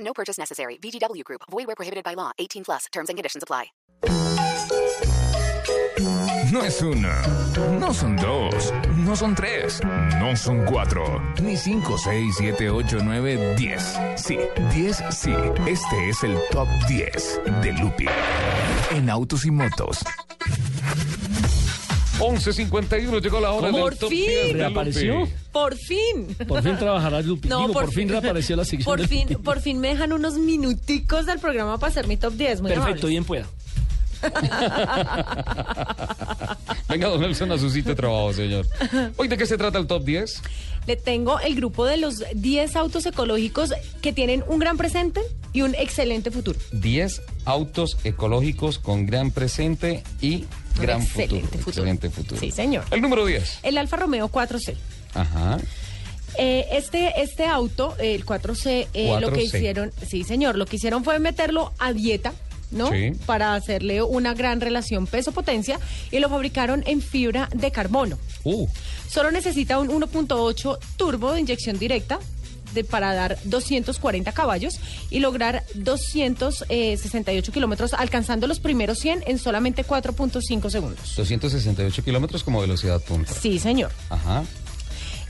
No purchase necessary. VGW Group. Void where prohibited by law. 18 plus. Terms and conditions apply. No es una, no son dos, no son tres, no son cuatro, ni cinco, seis, siete, ocho, nueve, diez. Sí, diez, sí. Este es el top 10 de Lupi en autos y motos. 11.51 llegó la hora ¿Cómo? del top Por fin. 10 de ¿Reapareció? Lupi. Por fin. Por fin trabajará Lupi. No, Digo, por por, fin fin. reapareció la sección. Por de fin, Lupi. por fin me dejan unos minuticos del programa para hacer mi top 10. Muy Perfecto, amables. bien pueda. Venga, don Nelson, a su sitio de trabajo, señor. Hoy, ¿de qué se trata el top 10? Le tengo el grupo de los 10 autos ecológicos que tienen un gran presente y un excelente futuro. 10 autos ecológicos con gran presente y Un gran excelente futuro. futuro. Excelente futuro. Sí, señor. El número 10. El Alfa Romeo 4C. Ajá. Eh, este, este auto, el 4C, eh, lo que 4C. hicieron, sí señor, lo que hicieron fue meterlo a dieta, ¿no? Sí. Para hacerle una gran relación peso-potencia y lo fabricaron en fibra de carbono. Uh, Solo necesita un 1.8 turbo de inyección directa de- para dar 240 caballos y lograr 268 kilómetros, alcanzando los primeros 100 en solamente 4.5 segundos. 268 kilómetros como velocidad punta. Sí, señor. Ajá.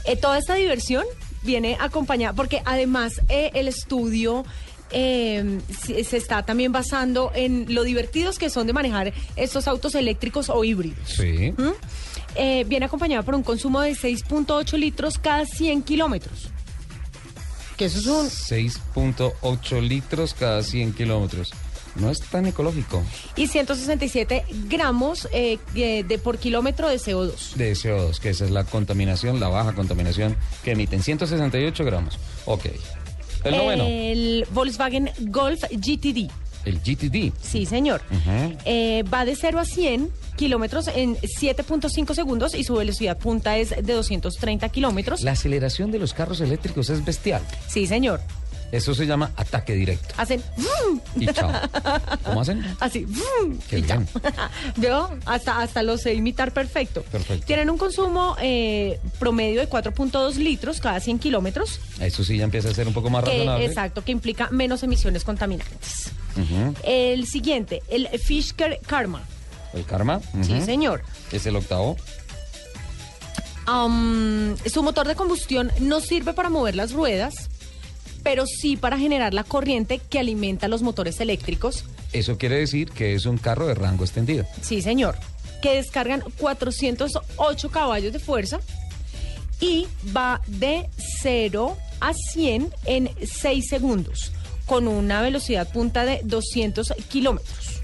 Eh, toda esta diversión viene acompañada, porque además eh, el estudio eh, se se está también basando en lo divertidos que son de manejar estos autos eléctricos o híbridos. Sí. ¿Mm? Eh, viene acompañada por un consumo de 6.8 litros cada 100 kilómetros. Que eso es un... 6.8 litros cada 100 kilómetros. No es tan ecológico Y 167 gramos eh, eh, de por kilómetro de CO2. de CO2, que esa es la contaminación, la baja contaminación que emiten. 168 gramos. Ok. Eh, El noveno. El Volkswagen Golf GTD. El GTD. Sí, señor. Ujú. Eh, va de 0 a 100 kilómetros en 7.5 segundos y su velocidad punta es de 230 kilómetros. La aceleración de los carros eléctricos es bestial. Sí, señor. Eso se llama ataque directo. Hacen... ¡vroom! Y chao. ¿Cómo hacen? Así. ¡vroom! Qué y ya. bien. Yo hasta, hasta lo sé imitar perfecto. Perfecto. Tienen un consumo eh, promedio de 4.2 litros cada 100 kilómetros. Eso sí ya empieza a ser un poco más que- razonable. Eh, exacto, que implica menos emisiones contaminantes. El siguiente, el Fisker Karma. El karma. Sí, ujú, señor. Es el octavo. Am, su motor de combustión no sirve para mover las ruedas, pero sí para generar la corriente que alimenta los motores eléctricos. Eso quiere decir que es un carro de rango extendido. Sí, señor. Que descargan 408 caballos de fuerza y va de 0 a 100 en 6 segundos, con una velocidad punta de 200 kilómetros.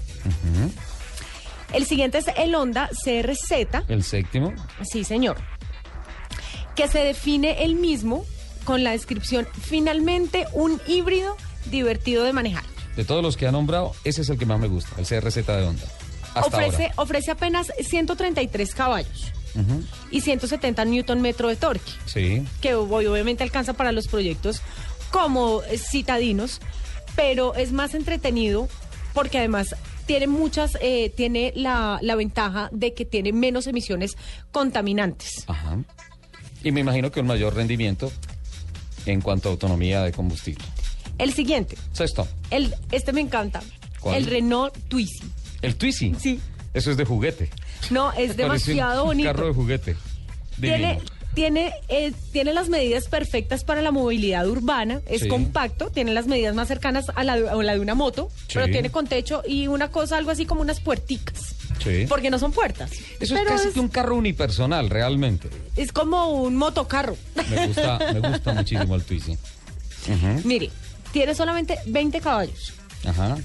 El siguiente es el Honda CRZ. El séptimo. Sí, señor. Que se define el mismo con la descripción finalmente un híbrido divertido de manejar. De todos los que ha nombrado, ese es el que más me gusta, el CRZ de Honda. Hasta Ofrece, ahora. ofrece apenas 133 caballos y 170 newton metro de torque, Sí. que hoy obviamente alcanza para los proyectos como eh, citadinos, pero es más entretenido porque además tiene muchas, eh, tiene la, la ventaja de que tiene menos emisiones contaminantes. Ajá. Y me imagino que un mayor rendimiento en cuanto a autonomía de combustible. El siguiente. Sexto. El, este me encanta. ¿Cuál? El Renault Twizy. El Twizy. Sí. Eso es de juguete. No, es Parece un demasiado bonito. Carro de juguete. tiene, Divino. tiene, eh, tiene las medidas perfectas para la movilidad urbana. Es Sí. compacto, tiene las medidas más cercanas a la, de- a la de una moto, Sí. pero tiene con techo y una cosa, algo así como unas puerticas. Sí. Porque no son puertas. Eso es pero casi que un carro unipersonal, realmente. es como un motocarro. Me gusta, me gusta muchísimo el Twizy. Mire, tiene solamente 20 caballos. Ajá.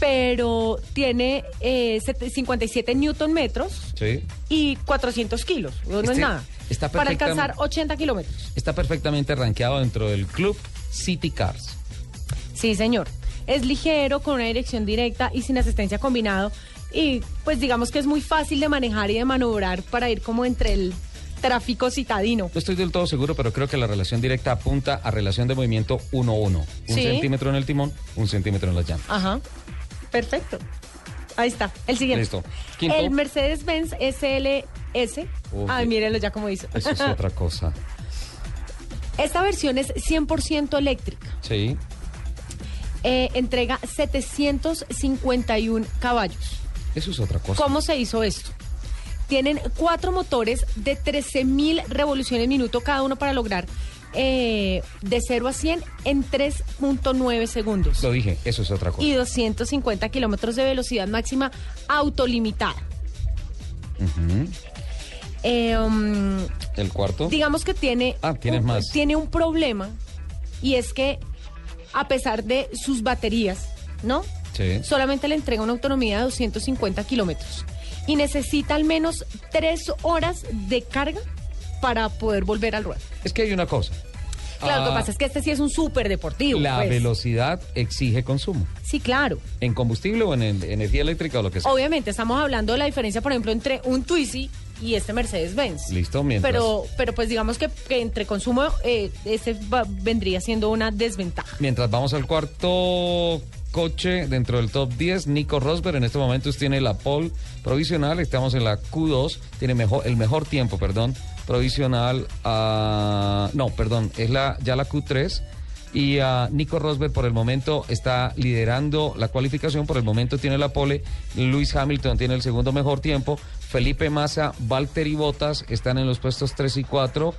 Pero tiene eh, sete- 57 newton metros. Sí. y 400 kilos. No es Este nada. está para perfectam- alcanzar 80 kilómetros. Está perfectamente rankeado dentro del club City Cars. Sí, señor. Es ligero, con una dirección directa y sin asistencia combinado. Y pues digamos que es muy fácil de manejar y de maniobrar para ir como entre el tráfico citadino. No estoy del todo seguro, pero creo que la relación directa apunta a relación de movimiento 1-1. Un Sí. centímetro en el timón, un centímetro en la llanta. Ajá. Perfecto. Ahí está. El siguiente. Listo. Quinto. El Mercedes-Benz SLS. Uy. Ay, mírenlo ya como hizo. Eso es otra cosa. Esta versión es 100% eléctrica. Sí. Eh, entrega 751 caballos. Eso es otra cosa. ¿Cómo se hizo esto? Tienen cuatro motores de 13.000 revoluciones minuto cada uno para lograr eh, de 0 a 100 en 3.9 segundos Lo dije, eso es otra cosa. y 250 kilómetros de velocidad máxima autolimitada. Eh, um, El cuarto. digamos que tiene, Ah, tienes un, más. tiene un problema y es que a pesar de sus baterías, ¿no? Sí. Solamente le entrega una autonomía de 250 kilómetros y necesita al menos tres horas de carga para poder volver al ruedo. Es que hay una cosa. Claro, lo que Ah, pasa es que este sí es un súper deportivo. La pues. velocidad exige consumo. Sí, claro. En combustible o en en energía eléctrica o lo que sea. Obviamente estamos hablando de la diferencia, por ejemplo, entre un Twizy y este Mercedes-Benz. Listo, mientras- Pero, pero pues digamos que, que entre consumo, eh, ese va- vendría siendo una desventaja. Mientras vamos al cuarto coche dentro del top 10, Nico Rosberg en este momento tiene la pole provisional, estamos en la Q2, tiene mejor, el mejor tiempo, perdón, provisional a... No, perdón, es la, ya la Q3. Y ah, Nico Rosberg por el momento está liderando la cualificación, por el momento tiene la pole, Luis Hamilton tiene el segundo mejor tiempo, Felipe Massa, Valtteri Bottas están en los puestos 3 y 4.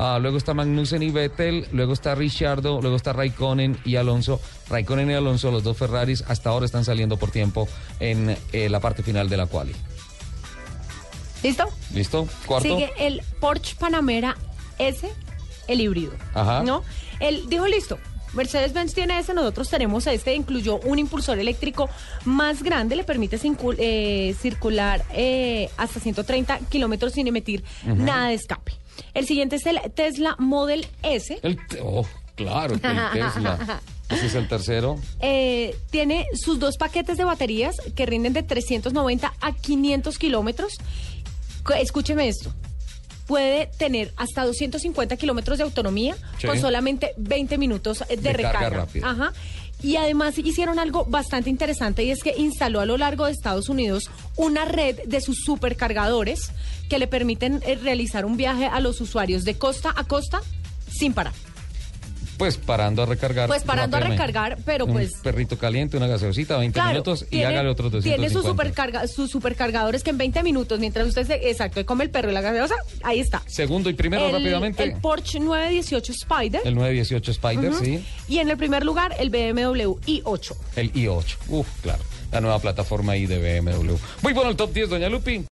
Ah, luego está Magnussen y Vettel, luego está Richardo, luego está Raikkonen y Alonso. Raikkonen y Alonso, los dos Ferraris, hasta ahora están saliendo por tiempo en eh, la parte final de la quali. ¿Listo? ¿Listo? Cuarto. Sigue el Porsche Panamera S, el híbrido. Ajá. ¿No? Él dijo, listo. Mercedes-Benz tiene ese, nosotros tenemos este, incluyó un impulsor eléctrico más grande, le permite cincu- eh, circular eh, hasta 130 kilómetros sin emitir nada de escape. El siguiente es el Tesla Model S. El te- oh, claro, el Tesla. Ese es el tercero. Eh, tiene sus dos paquetes de baterías que rinden de 390 a 500 kilómetros. Co- Escúcheme esto. Puede tener hasta 250 kilómetros de autonomía Sí. con solamente 20 minutos eh, de, De carga recarga. rápida. Ajá. Y además hicieron algo bastante interesante y es que instaló a lo largo de Estados Unidos una red de sus supercargadores que le permiten eh, realizar un viaje a los usuarios de costa a costa sin parar. Pues parando a recargar. Pues parando a rápidamente. recargar, pero Un pues- perrito caliente, una gaseosita, 20 minutos y tiene- hágale otros 250. Tiene sus, supercarga, sus supercargadores que en 20 minutos, mientras usted se, exacto, come el perro y la gaseosa, ahí está. Segundo y primero el, rápidamente. El Porsche 918 Spider. El 918 Spider, Ujú. sí. Y en el primer lugar, el BMW i8. El i8. Uf, claro. La nueva plataforma ahí de BMW. Muy bueno el top 10, doña Lupi.